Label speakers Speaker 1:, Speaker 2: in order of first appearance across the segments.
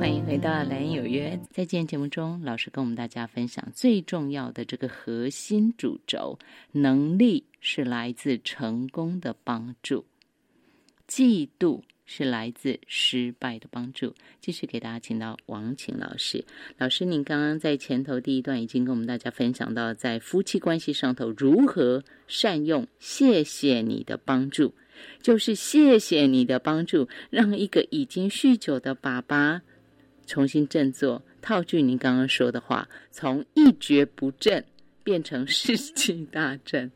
Speaker 1: 欢迎回到《蓝有约》。在今天节目中，老师跟我们大家分享最重要的这个核心主轴：能力是来自成功的帮助，嫉妒是来自失败的帮助。继续给大家请到王晴老师。老师，您刚刚在前头第一段已经跟我们大家分享到，在夫妻关系上头如何善用“谢谢你的帮助”。就是谢谢你的帮助，让一个已经酗酒的爸爸重新振作。套句您刚刚说的话，从一蹶不振变成士气大振，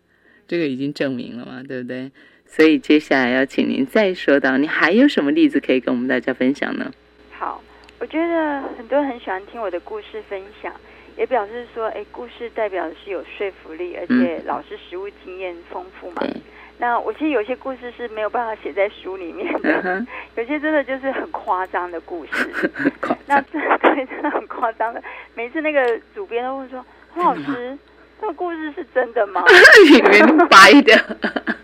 Speaker 1: 这个已经证明了嘛，对不对？所以接下来要请您再说到，你还有什么例子可以跟我们大家分享 呢？
Speaker 2: 好，我觉得很多人很喜欢听我的故事分享，也表示说，哎，故事代表的是有说服力，而且老师实务经验丰富嘛。
Speaker 1: 嗯对，
Speaker 2: 那我其实有些故事是没有办法写在书里面
Speaker 1: 嗯
Speaker 2: 的，
Speaker 1: 哼，
Speaker 2: 有些真的就是很夸张的故事。
Speaker 1: 夸
Speaker 2: 那
Speaker 1: 张
Speaker 2: 这对真的很夸张的，每次那个主编都问说：“黄老师，这个故事是真的吗
Speaker 1: 你明白的，？”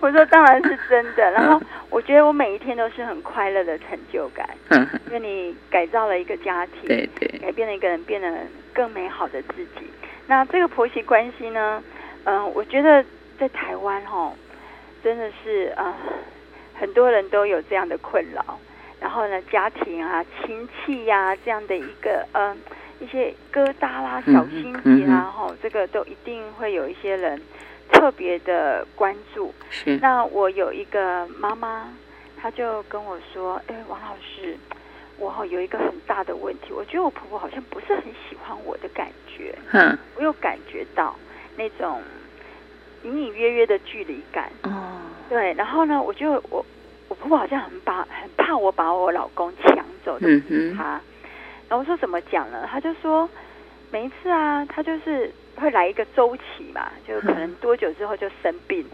Speaker 2: 我说：“当然是真的。”然后我觉得我每一天都是很快乐的成就感，因为你改造了一个家庭，
Speaker 1: 对对，
Speaker 2: 改变了一个人，变得更美好的自己。那这个婆媳关系呢？嗯、我觉得在台湾哦，真的是呃，很多人都有这样的困扰。然后呢，家庭啊、亲戚呀、这样的一个呃一些疙瘩啦、
Speaker 1: 嗯
Speaker 2: 小心结啦，吼、这个都一定会有一些人特别的关注。
Speaker 1: 是，
Speaker 2: 那我有一个妈妈，她就跟我说：“哎，王老师，我好有一个很大的问题，我觉得我婆婆好像不是很喜欢我的感觉，
Speaker 1: 哼，
Speaker 2: 我有感觉到那种隐隐约约的距离感。
Speaker 1: 哦，
Speaker 2: 对，然后呢，我就我我婆婆好像很把很怕我把我老公抢走的
Speaker 1: 嗯哼，
Speaker 2: 她。然后我说怎么讲呢？她就说每一次啊，她就是会来一个周期嘛，就可能多久之后就生病。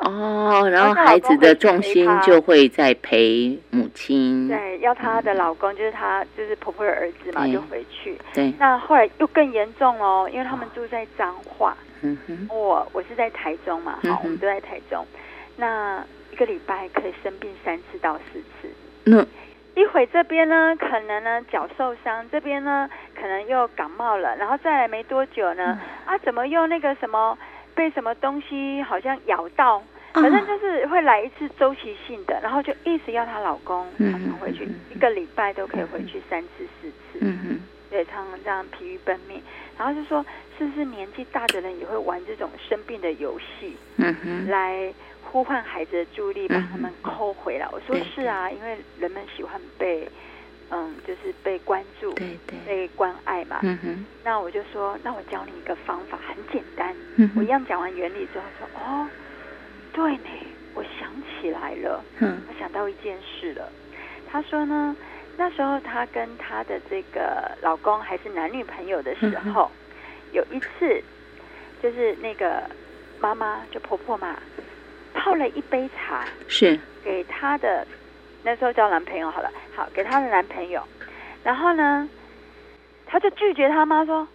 Speaker 1: 哦，然后孩子的重心就会在陪母亲，
Speaker 2: 对，要她的老公就是她就是婆婆的儿子嘛，
Speaker 1: 对
Speaker 2: 就回去。
Speaker 1: 对，
Speaker 2: 那后来又更严重哦，因为他们住在彰化，
Speaker 1: 嗯哼，
Speaker 2: 我我是在台中嘛，
Speaker 1: 嗯
Speaker 2: 好
Speaker 1: 哼，
Speaker 2: 我们都在台中。那一个礼拜可以生病三次到四次，
Speaker 1: 那
Speaker 2: 一会这边呢，可能呢脚受伤，这边呢可能又感冒了，然后再来没多久
Speaker 1: 嗯
Speaker 2: 呢，啊，怎么又那个什么被什么东西好像咬到，
Speaker 1: 啊
Speaker 2: 反正就是会来一次周期性的，然后就一直要她老公
Speaker 1: 嗯
Speaker 2: 常常回去
Speaker 1: 嗯，
Speaker 2: 一个礼拜都可以回去三次四次，
Speaker 1: 嗯哼，
Speaker 2: 对，常常这样疲于奔命，然后就说是不是年纪大的人也会玩这种生病的游戏
Speaker 1: 嗯哼，
Speaker 2: 来呼唤孩子的注意力，把他们抠回来？我说
Speaker 1: 对
Speaker 2: 是啊，因为人们喜欢被嗯，就是被关注、
Speaker 1: 对对，
Speaker 2: 被关爱嘛。
Speaker 1: 嗯哼，
Speaker 2: 那我就说，那我教你一个方法，很简单，
Speaker 1: 嗯
Speaker 2: 我一
Speaker 1: 哼，
Speaker 2: 样讲完原理之后说，哦，对呢，我想起来了，
Speaker 1: 嗯
Speaker 2: 我想到一件事了。她说呢，那时候她跟她的这个老公还是男女朋友的时候，有一次，就是那个妈妈就婆婆嘛，泡了一杯茶
Speaker 1: 是，
Speaker 2: 给她的，那时候叫男朋友好了，好给她的男朋友，然后呢，她就拒绝她妈说。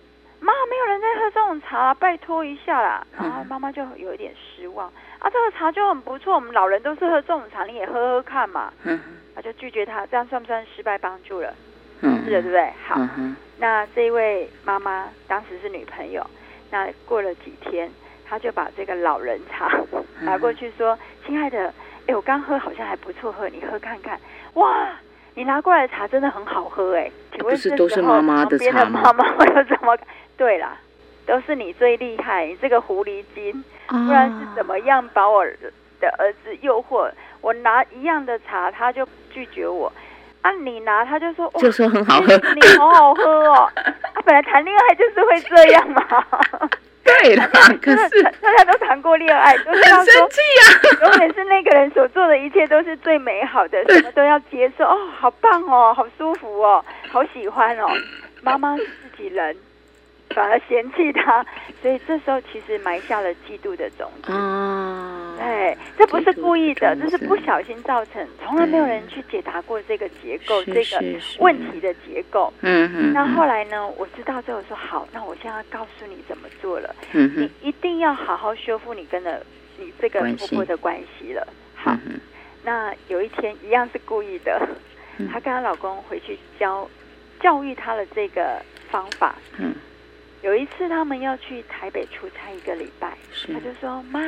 Speaker 2: 妈，没有人在喝这种茶，拜托一下啦。然后
Speaker 1: 嗯
Speaker 2: 妈妈就有一点失望啊，这个茶就很不错，我们老人都是喝这种茶，你也喝喝看嘛。
Speaker 1: 嗯
Speaker 2: 他就拒绝他，这样算不算失败帮助了？
Speaker 1: 嗯，
Speaker 2: 是的，对不对？好，
Speaker 1: 嗯哼，
Speaker 2: 那这一位妈妈当时是女朋友，那过了几天，她就把这个老人茶拿
Speaker 1: 嗯
Speaker 2: 过去说：“亲爱的，哎，我刚喝好像还不错喝，你喝看看。”哇，你拿过来的茶真的很好喝哎！请问
Speaker 1: 不是
Speaker 2: 这
Speaker 1: 都是
Speaker 2: 时候
Speaker 1: 妈妈的
Speaker 2: 旁边
Speaker 1: 茶吗
Speaker 2: 妈妈会有什么感？ 对啦，都是你最厉害，你这个狐狸精。
Speaker 1: 啊
Speaker 2: 不然是怎么样把我的儿子诱惑？我拿一样的茶，他就拒绝我。啊，你拿他就说，哇
Speaker 1: 就说很好喝，
Speaker 2: 你好好喝哦。啊，本来谈恋爱就是会这样嘛。
Speaker 1: 对啦，可
Speaker 2: 真 的
Speaker 1: 是
Speaker 2: 大 大家都谈过恋爱，都知道
Speaker 1: 很
Speaker 2: 说
Speaker 1: 生气呀，
Speaker 2: 永远是那个人所做的一切都是最美好的，什么都要接受。哦，好棒哦，好舒服哦，好喜 欢哦。妈妈是自己人，反而嫌弃他，所以这时候其实埋下了嫉妒的种子。
Speaker 1: 啊，
Speaker 2: 对，这不是故意的，
Speaker 1: 这
Speaker 2: 这
Speaker 1: 个
Speaker 2: 是不小心造成，从来没有人去解答过这个结构，这个问题，的结构。
Speaker 1: 嗯哼，
Speaker 2: 那后来呢？我知道之后说好，那我现在要告诉你怎么做了。
Speaker 1: 嗯
Speaker 2: 你
Speaker 1: 哼，
Speaker 2: 一定要好好修复你跟的你这个
Speaker 1: 关系嗯
Speaker 2: 婆婆的关系了。好，那有一天一样是故意的，
Speaker 1: 嗯
Speaker 2: 她跟她老公回去教教育她的这个方法。
Speaker 1: 嗯，
Speaker 2: 有一次他们要去台北出差一个礼拜，
Speaker 1: 是
Speaker 2: 她，就说：“妈，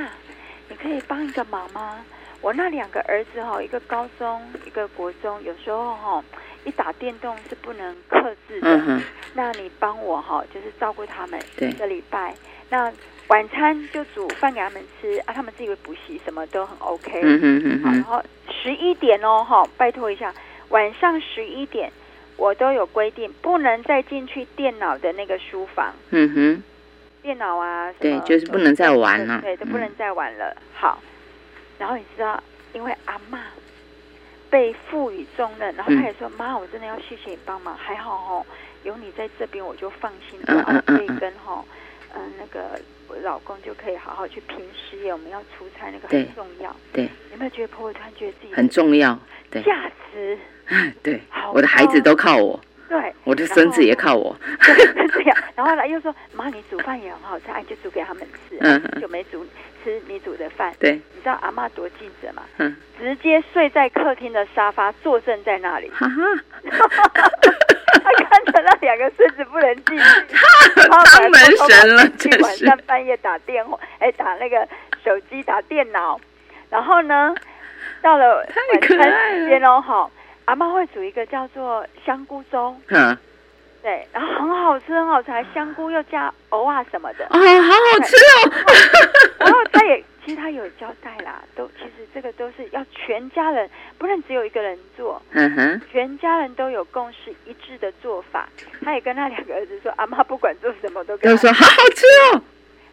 Speaker 2: 你可以帮一个忙吗？我那两个儿子哈、一个高中，一个国中，有时候哈、一打电动是不能克制的。
Speaker 1: 嗯哼，
Speaker 2: 那你帮我哈、就是照顾他们
Speaker 1: 对
Speaker 2: 一个礼拜。那晚餐就煮饭给他们吃啊，他们自己会补习，什么都很 OK。
Speaker 1: 嗯哼嗯
Speaker 2: 好，然
Speaker 1: 哼，
Speaker 2: 后十一点哦，哈，拜托一下，晚上十一点我都有规定，不能再进去电脑的那个书房，
Speaker 1: 嗯哼，
Speaker 2: 电脑啊，什
Speaker 1: 对
Speaker 2: 么，
Speaker 1: 就是不能再玩了，
Speaker 2: 对，都不能
Speaker 1: 嗯
Speaker 2: 再玩了。好，然后你知道，因为阿嬷被赋予重任，
Speaker 1: 嗯
Speaker 2: 然后她也说：“妈，我真的要谢谢你帮忙，还好哦，有你在这边，我就放心了，
Speaker 1: 嗯嗯
Speaker 2: 啊，我可以
Speaker 1: 嗯嗯
Speaker 2: 跟哈，嗯、那个我老公就可以好好去平时我们要出差那个
Speaker 1: 对
Speaker 2: 很重要。
Speaker 1: 对，
Speaker 2: 有没有觉得婆婆突然觉得自己
Speaker 1: 很重要，对，
Speaker 2: 价值？
Speaker 1: 对
Speaker 2: 好，
Speaker 1: 我的孩子都靠我，
Speaker 2: 对，
Speaker 1: 我的孙子也靠我，
Speaker 2: 对，这样。然后呢，又说妈，你煮饭也很好吃，哎，就煮给他们吃。
Speaker 1: 嗯
Speaker 2: 很久没煮吃你煮的饭，
Speaker 1: 对，
Speaker 2: 你知道阿嬷多尽责吗？
Speaker 1: 嗯，
Speaker 2: 直接睡在客厅的沙发，坐正在那
Speaker 1: 。
Speaker 2: 里
Speaker 1: 哈哈，
Speaker 2: 他看着那两个孙子不能进去，
Speaker 1: 当门神了，
Speaker 2: 去
Speaker 1: 真
Speaker 2: 晚
Speaker 1: 是，
Speaker 2: 上半夜打电话，哎，打那个手机、打电脑，然后呢，到了
Speaker 1: 太
Speaker 2: 晚
Speaker 1: 可
Speaker 2: 餐
Speaker 1: 爱
Speaker 2: 时
Speaker 1: 了，
Speaker 2: 间哦，哈，阿嬷会煮一个叫做香菇粥，
Speaker 1: 嗯，
Speaker 2: 对，然后很好吃，很好吃，还香菇又加藕啊什么的。
Speaker 1: 哦，好好吃哦，
Speaker 2: 然后他也其实他有交代啦，都其实这个都是要全家人，不能只有一个人做，
Speaker 1: 嗯哼，
Speaker 2: 全家人都有共识一致的做法。他也跟他两个儿子说，阿妈不管做什么都
Speaker 1: 都
Speaker 2: 跟
Speaker 1: 嗯
Speaker 2: 他
Speaker 1: 说好好吃哦，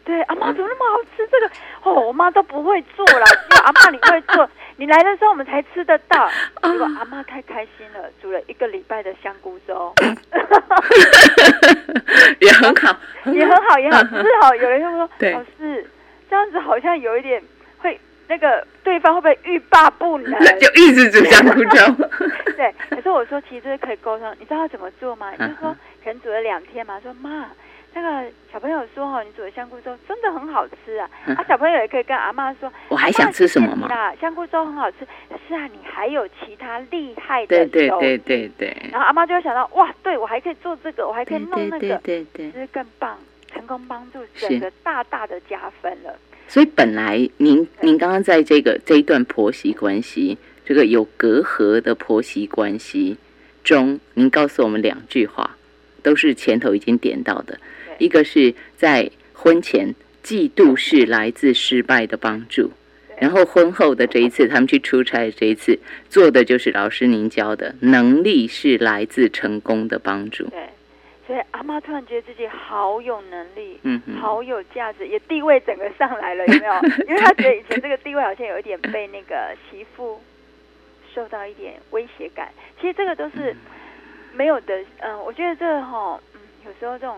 Speaker 2: 对，阿妈怎么那么好吃？这个哦，我妈都不会做啦， 只有阿妈你会做。你来的时候我们才吃得 到，结
Speaker 1: 嗯
Speaker 2: 果阿妈太开心了，煮了一个礼拜的香菇 粥，
Speaker 1: 也很好，
Speaker 2: 也很好，也好吃哦。有人就说，
Speaker 1: 嗯 对
Speaker 2: 老师这样子好像有一点会那个对方会不会欲罢不 能？
Speaker 1: 就一直煮香菇 粥，
Speaker 2: 对，可是我说其实这个可以沟通，你知道他怎么做吗？就
Speaker 1: 嗯
Speaker 2: 是说可能煮了两天嘛，说妈，那个小朋友说哦，你煮的香菇粥真的很好吃啊，
Speaker 1: 嗯
Speaker 2: 啊小朋友也可以跟阿妈说，
Speaker 1: 我
Speaker 2: 阿
Speaker 1: 还
Speaker 2: 嬷
Speaker 1: 想吃
Speaker 2: 谢
Speaker 1: 什
Speaker 2: 谢
Speaker 1: 么
Speaker 2: 你
Speaker 1: 嘛？
Speaker 2: 啦，香菇粥很好吃，可是啊，你还有其他厉害
Speaker 1: 对
Speaker 2: 的
Speaker 1: 对
Speaker 2: 手
Speaker 1: 对对对，
Speaker 2: 然后阿妈就会想到哇，对我还可以做这个，我还可以
Speaker 1: 对
Speaker 2: 弄
Speaker 1: 对
Speaker 2: 那
Speaker 1: 对
Speaker 2: 个，
Speaker 1: 对对
Speaker 2: 其。实更棒，成功帮助
Speaker 1: 是
Speaker 2: 整个大大的加分了。
Speaker 1: 所以本来您您刚刚在这个这一段婆媳关系，这个有隔阂的婆媳关系中，您告诉我们两句话，都是前头已经点到的，
Speaker 2: 对
Speaker 1: 一个是在婚前嫉妒是来自失败的帮助。然后婚后的这一次，他们去出差的这一次做的就是老师您教的，能力是来自成功的帮助。
Speaker 2: 对，所以阿妈突然觉得自己好有能力，
Speaker 1: 嗯哼，
Speaker 2: 好有价值，也地位整个上来了，有 没有？因为他觉得以前这个地位好像有一点被那个媳妇受到一点威胁感，其实这个都
Speaker 1: 嗯
Speaker 2: 是没有的。嗯，我觉得这哈、嗯，有时候这种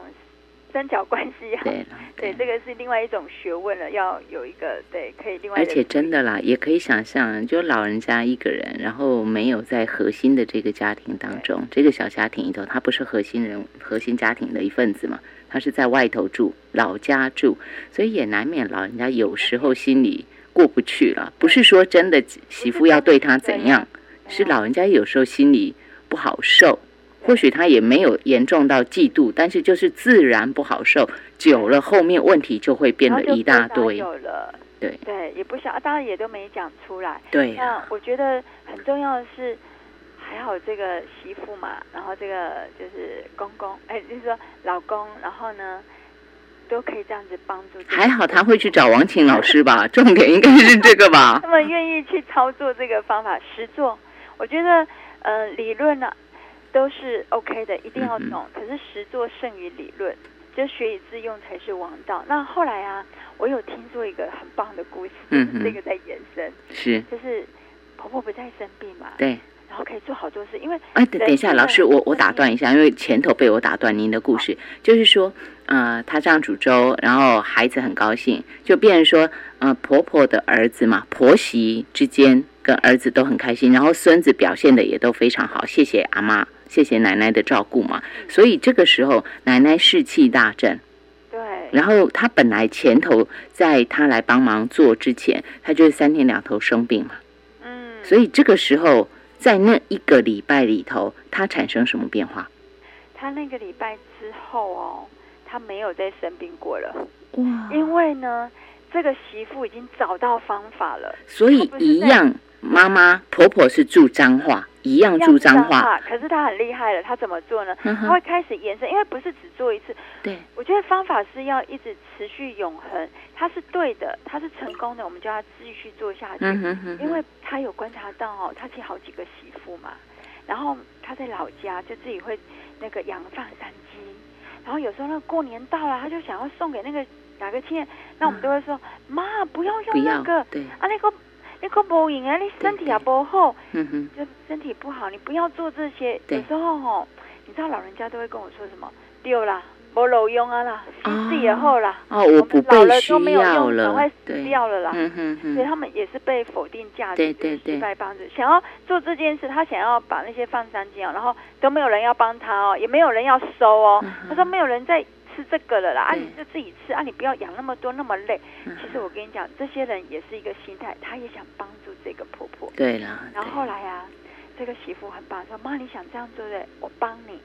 Speaker 2: 三角关系哈，
Speaker 1: 对了，
Speaker 2: 对，这个是另外一种学问了，要有一个对，可以另外
Speaker 1: 而且真
Speaker 2: 的
Speaker 1: 的啦，也可以想象，就老人家一个人，然后没有在核心的这个家庭当中，这个小家庭里头，他不是核心人、 核心家庭的一份子嘛，他是在外头住、老家住，所以也难免老人家有时候心里过不去了。不是说真的媳妇要对他怎样，是老人家有时候心里不好受。或许他也没有严重到嫉妒，但是就是自然不好受，久了后面问题就会变
Speaker 2: 啊然
Speaker 1: 得
Speaker 2: 后就
Speaker 1: 一大
Speaker 2: 不想
Speaker 1: 堆。
Speaker 2: 有了，
Speaker 1: 对
Speaker 2: 对，也不想，啊当然也都没讲出来。
Speaker 1: 对啊，
Speaker 2: 那我觉得很重要的是，还好这个媳妇嘛，然后这个就是公公，哎，就是说老公，然后呢，都可以这样子帮助。
Speaker 1: 还好他会去，找王琴老师吧，重点应该是这个吧
Speaker 2: 他。们愿意去操作这个方法实做。我觉得，呃，理论呢、都是 OK 的，一定要
Speaker 1: 嗯
Speaker 2: 懂，可是实做胜于理论。就学以致用才是王道。那后来啊，我有听说一个很棒的故事，就是
Speaker 1: 嗯哼
Speaker 2: 这个在延伸，
Speaker 1: 是，
Speaker 2: 就是婆婆不再生病嘛，
Speaker 1: 对。
Speaker 2: 然后可以做好多事，因为
Speaker 1: 哎，等
Speaker 2: 对
Speaker 1: 等一下，
Speaker 2: 是
Speaker 1: 老
Speaker 2: 的
Speaker 1: 师，我我打断一下，因为前头被我打断您的故事，就是说，呃，她这样煮粥，然后孩子很高兴，就变成说，呃，婆婆的儿子嘛，婆媳之间跟儿子都很开心，然后孙子表现的也都非常好，谢谢阿妈，谢谢奶奶的照顾嘛，所以这个时候奶奶士气大振，
Speaker 2: 对，
Speaker 1: 然后她本来前头在她来帮忙做之前，她就是三天两头生病嘛。
Speaker 2: 嗯，
Speaker 1: 所以这个时候在那一个礼拜里头，他产生什么变化？
Speaker 2: 他那个礼拜之后哦，他没有再生病过了，
Speaker 1: 哇
Speaker 2: 因为呢，这个媳妇已经找到方法了，
Speaker 1: 所以
Speaker 2: 他不是
Speaker 1: 一
Speaker 2: 在
Speaker 1: 样，妈妈婆婆是住彰化，一样住彰化，
Speaker 2: 化。啊可是他很厉害了，他怎么做呢？
Speaker 1: 嗯
Speaker 2: 他
Speaker 1: 哼
Speaker 2: 会，开始延伸，因为不是只做一次。
Speaker 1: 对，
Speaker 2: 我觉得方法是要一直持续永恒，它是对的，它是成功的，我们就要继续做下去。
Speaker 1: 嗯哼哼哼，
Speaker 2: 因为他有观察到哦，他其实好几个媳妇嘛，然后他在老家就自己会那个养放山鸡，然后有时候那过年到了，他就想要送给那个哪个亲人，那我们都会说、妈不要
Speaker 1: 不
Speaker 2: 用那
Speaker 1: 要
Speaker 2: 个，
Speaker 1: 对，
Speaker 2: 啊那个那个不赢啊，你身体也不好，
Speaker 1: 嗯哼，
Speaker 2: 就身体不好，你不要做这些。
Speaker 1: 对
Speaker 2: 有时候哦，你知道老人家都会跟我说什么，丢啦，没路用啊啦，死死也后啦，
Speaker 1: 哦，我
Speaker 2: 们
Speaker 1: 不
Speaker 2: 老
Speaker 1: 被
Speaker 2: 了
Speaker 1: 需
Speaker 2: 都没有
Speaker 1: 要
Speaker 2: 用，赶
Speaker 1: 了
Speaker 2: 快，死
Speaker 1: 对，
Speaker 2: 掉了啦。
Speaker 1: 嗯哼
Speaker 2: 所
Speaker 1: 哼，
Speaker 2: 以他们也是被否定价值，
Speaker 1: 对对对
Speaker 2: 失败帮助，想要做这件事，他想要把那些放三金哦，然后都没有人要帮他哦，也没有人要收哦。
Speaker 1: 嗯哼
Speaker 2: 他说没有人在吃这个了啦，啊，
Speaker 1: 对
Speaker 2: 你就自己吃啊，你不要养那么多那么累。
Speaker 1: 嗯
Speaker 2: 其实我跟你讲，这些人也是一个心态，他也想帮助这个婆婆。
Speaker 1: 对了，
Speaker 2: 然后后 来啊，这个媳妇很棒，说妈，你想这样做对不对，我帮你。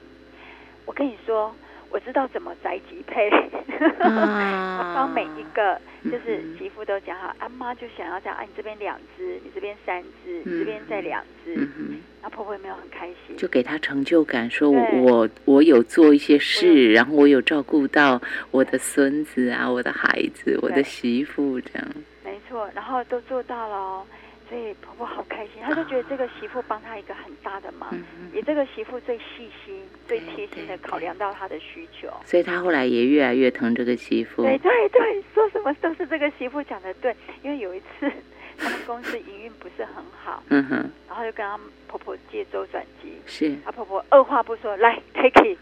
Speaker 2: 我跟你说，我知道怎么宅急配。
Speaker 1: 对
Speaker 2: 我
Speaker 1: 啊
Speaker 2: 帮每一个就是
Speaker 1: 嗯哼
Speaker 2: 媳妇都讲好，阿、妈就想要这样，啊，你这边两只，你这边三只，
Speaker 1: 嗯
Speaker 2: 你这边再两只，
Speaker 1: 嗯哼。
Speaker 2: 那、婆婆有没有很开心？
Speaker 1: 就给他成就感，说我
Speaker 2: 对
Speaker 1: 我我有做一些事，然后我有照顾到我的孙子啊，我的孩子，我的媳妇这样。
Speaker 2: 没错，然后都做到了哦，所以婆婆好开心，她就觉得这个媳妇帮她一个很大的忙，
Speaker 1: 啊嗯哼，
Speaker 2: 也这个媳妇最细心、最贴心
Speaker 1: 对
Speaker 2: 的
Speaker 1: 对
Speaker 2: 考量到她的需求。
Speaker 1: 所以他后来也越来越疼这个媳妇。
Speaker 2: 对对对，说什么都是这个媳妇讲的对，因为有一次他们公司营运不是很好，
Speaker 1: 嗯哼，
Speaker 2: 然后就跟她婆婆借周转金，
Speaker 1: 是嗯
Speaker 2: 她婆婆二话不说，来 take it，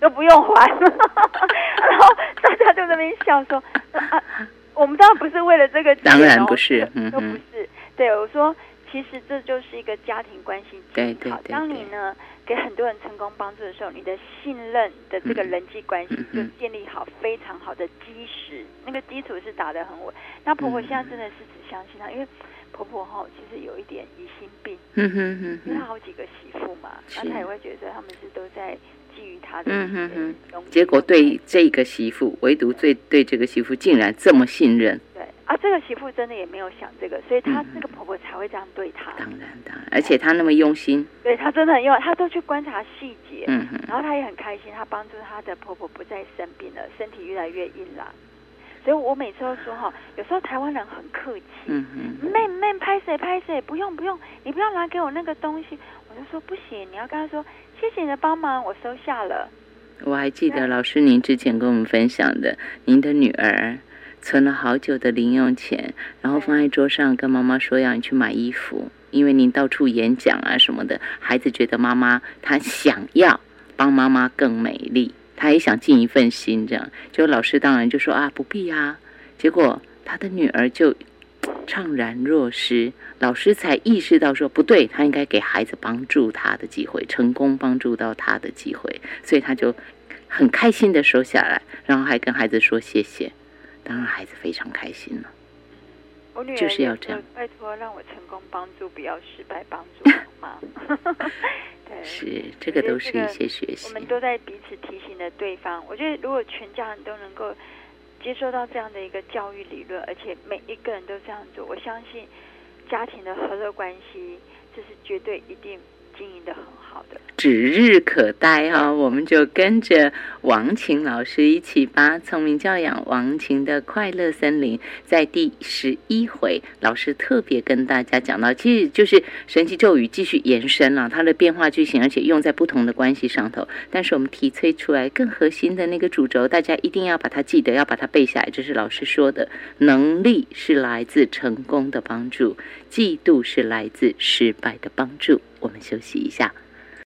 Speaker 2: 都 不用还。 然后大家就在那边笑说：“ 啊，我们当然不是为了这个钱哦、
Speaker 1: 当然不是嗯
Speaker 2: 都不
Speaker 1: 嗯
Speaker 2: 是。”对，我说，其实这就是一个家庭关系
Speaker 1: 对
Speaker 2: 经营好
Speaker 1: 对对
Speaker 2: 当你呢给很多人成功帮助的时候，你的信任的这个
Speaker 1: 嗯
Speaker 2: 人际关系
Speaker 1: 嗯
Speaker 2: 就
Speaker 1: 嗯
Speaker 2: 建立好非常好的基石，那个基础是打得很稳。那婆婆
Speaker 1: 嗯
Speaker 2: 现在真的是只相信她，因为婆婆哈、其实有一点疑心病。
Speaker 1: 嗯哼哼
Speaker 2: 因为
Speaker 1: 哼，
Speaker 2: 他好几个媳妇嘛，
Speaker 1: 是
Speaker 2: 那他也会觉得他们是都在觊觎他的
Speaker 1: 嗯
Speaker 2: 一
Speaker 1: 哼哼
Speaker 2: 些东西。
Speaker 1: 结果对这个媳妇，唯独对对这个媳妇竟然这么信任。
Speaker 2: 对啊，这个媳妇真的也没有想这个，所以她
Speaker 1: 嗯
Speaker 2: 这个婆婆才会这样对她。
Speaker 1: 当然当然，而且他那么用心。
Speaker 2: 对她真的很用，她都去观察细节，
Speaker 1: 嗯哼，
Speaker 2: 然后她也很开心，她帮助她的婆婆不再生病了，身体越来越硬朗。所以我每次都说哈，有时候台湾人很客气，
Speaker 1: 嗯哼，
Speaker 2: 妹妹拍谁拍谁，不用不用，你不要拿给我那个东西。我就说不行，你要跟她说谢谢你的帮忙，我收下了。
Speaker 1: 我还记得老师您之前跟我们分享的，您的女儿存了好久的零用钱，然后放在桌上，跟妈妈说要你去买衣服，因为您到处演讲啊什么的，孩子觉得妈妈她想要帮妈妈更美丽，她也想尽一份心，这样，就老师当然就说啊不必啊，结果他的女儿就怅然若失，老师才意识到说不对，他应该给孩子帮助他的机会，成功帮助到他的机会，所以他就很开心的收下来，然后还跟孩子说谢谢，当然孩子非常开心了。
Speaker 2: 我女儿
Speaker 1: 就是要
Speaker 2: 也
Speaker 1: 这样
Speaker 2: 说。拜托，让我成功帮助，不要失败帮 助妈妈。对，
Speaker 1: 是，这个都是一些学习
Speaker 2: 我。们都在彼此提醒着对方。我觉得，如果全家人都能够接受到这样的一个教育理论，而且每一个人都这样做，我相信家庭的和乐关系，这是绝对一定经营的很好的。
Speaker 1: 指日可待哈、我们就跟着王晴老师一起吧。聪明教养王晴的快乐森林，在第十一回，老师特别跟大家讲到，其实就是神奇咒语继续延伸了、它的变化句型，而且用在不同的关系上头。但是我们提催出来更核心的那个主轴，大家一定要把它记得，要把它背下来。这是老师说的，能力是来自成功的帮助，嫉妒是来自失败的帮助。我们休息一下，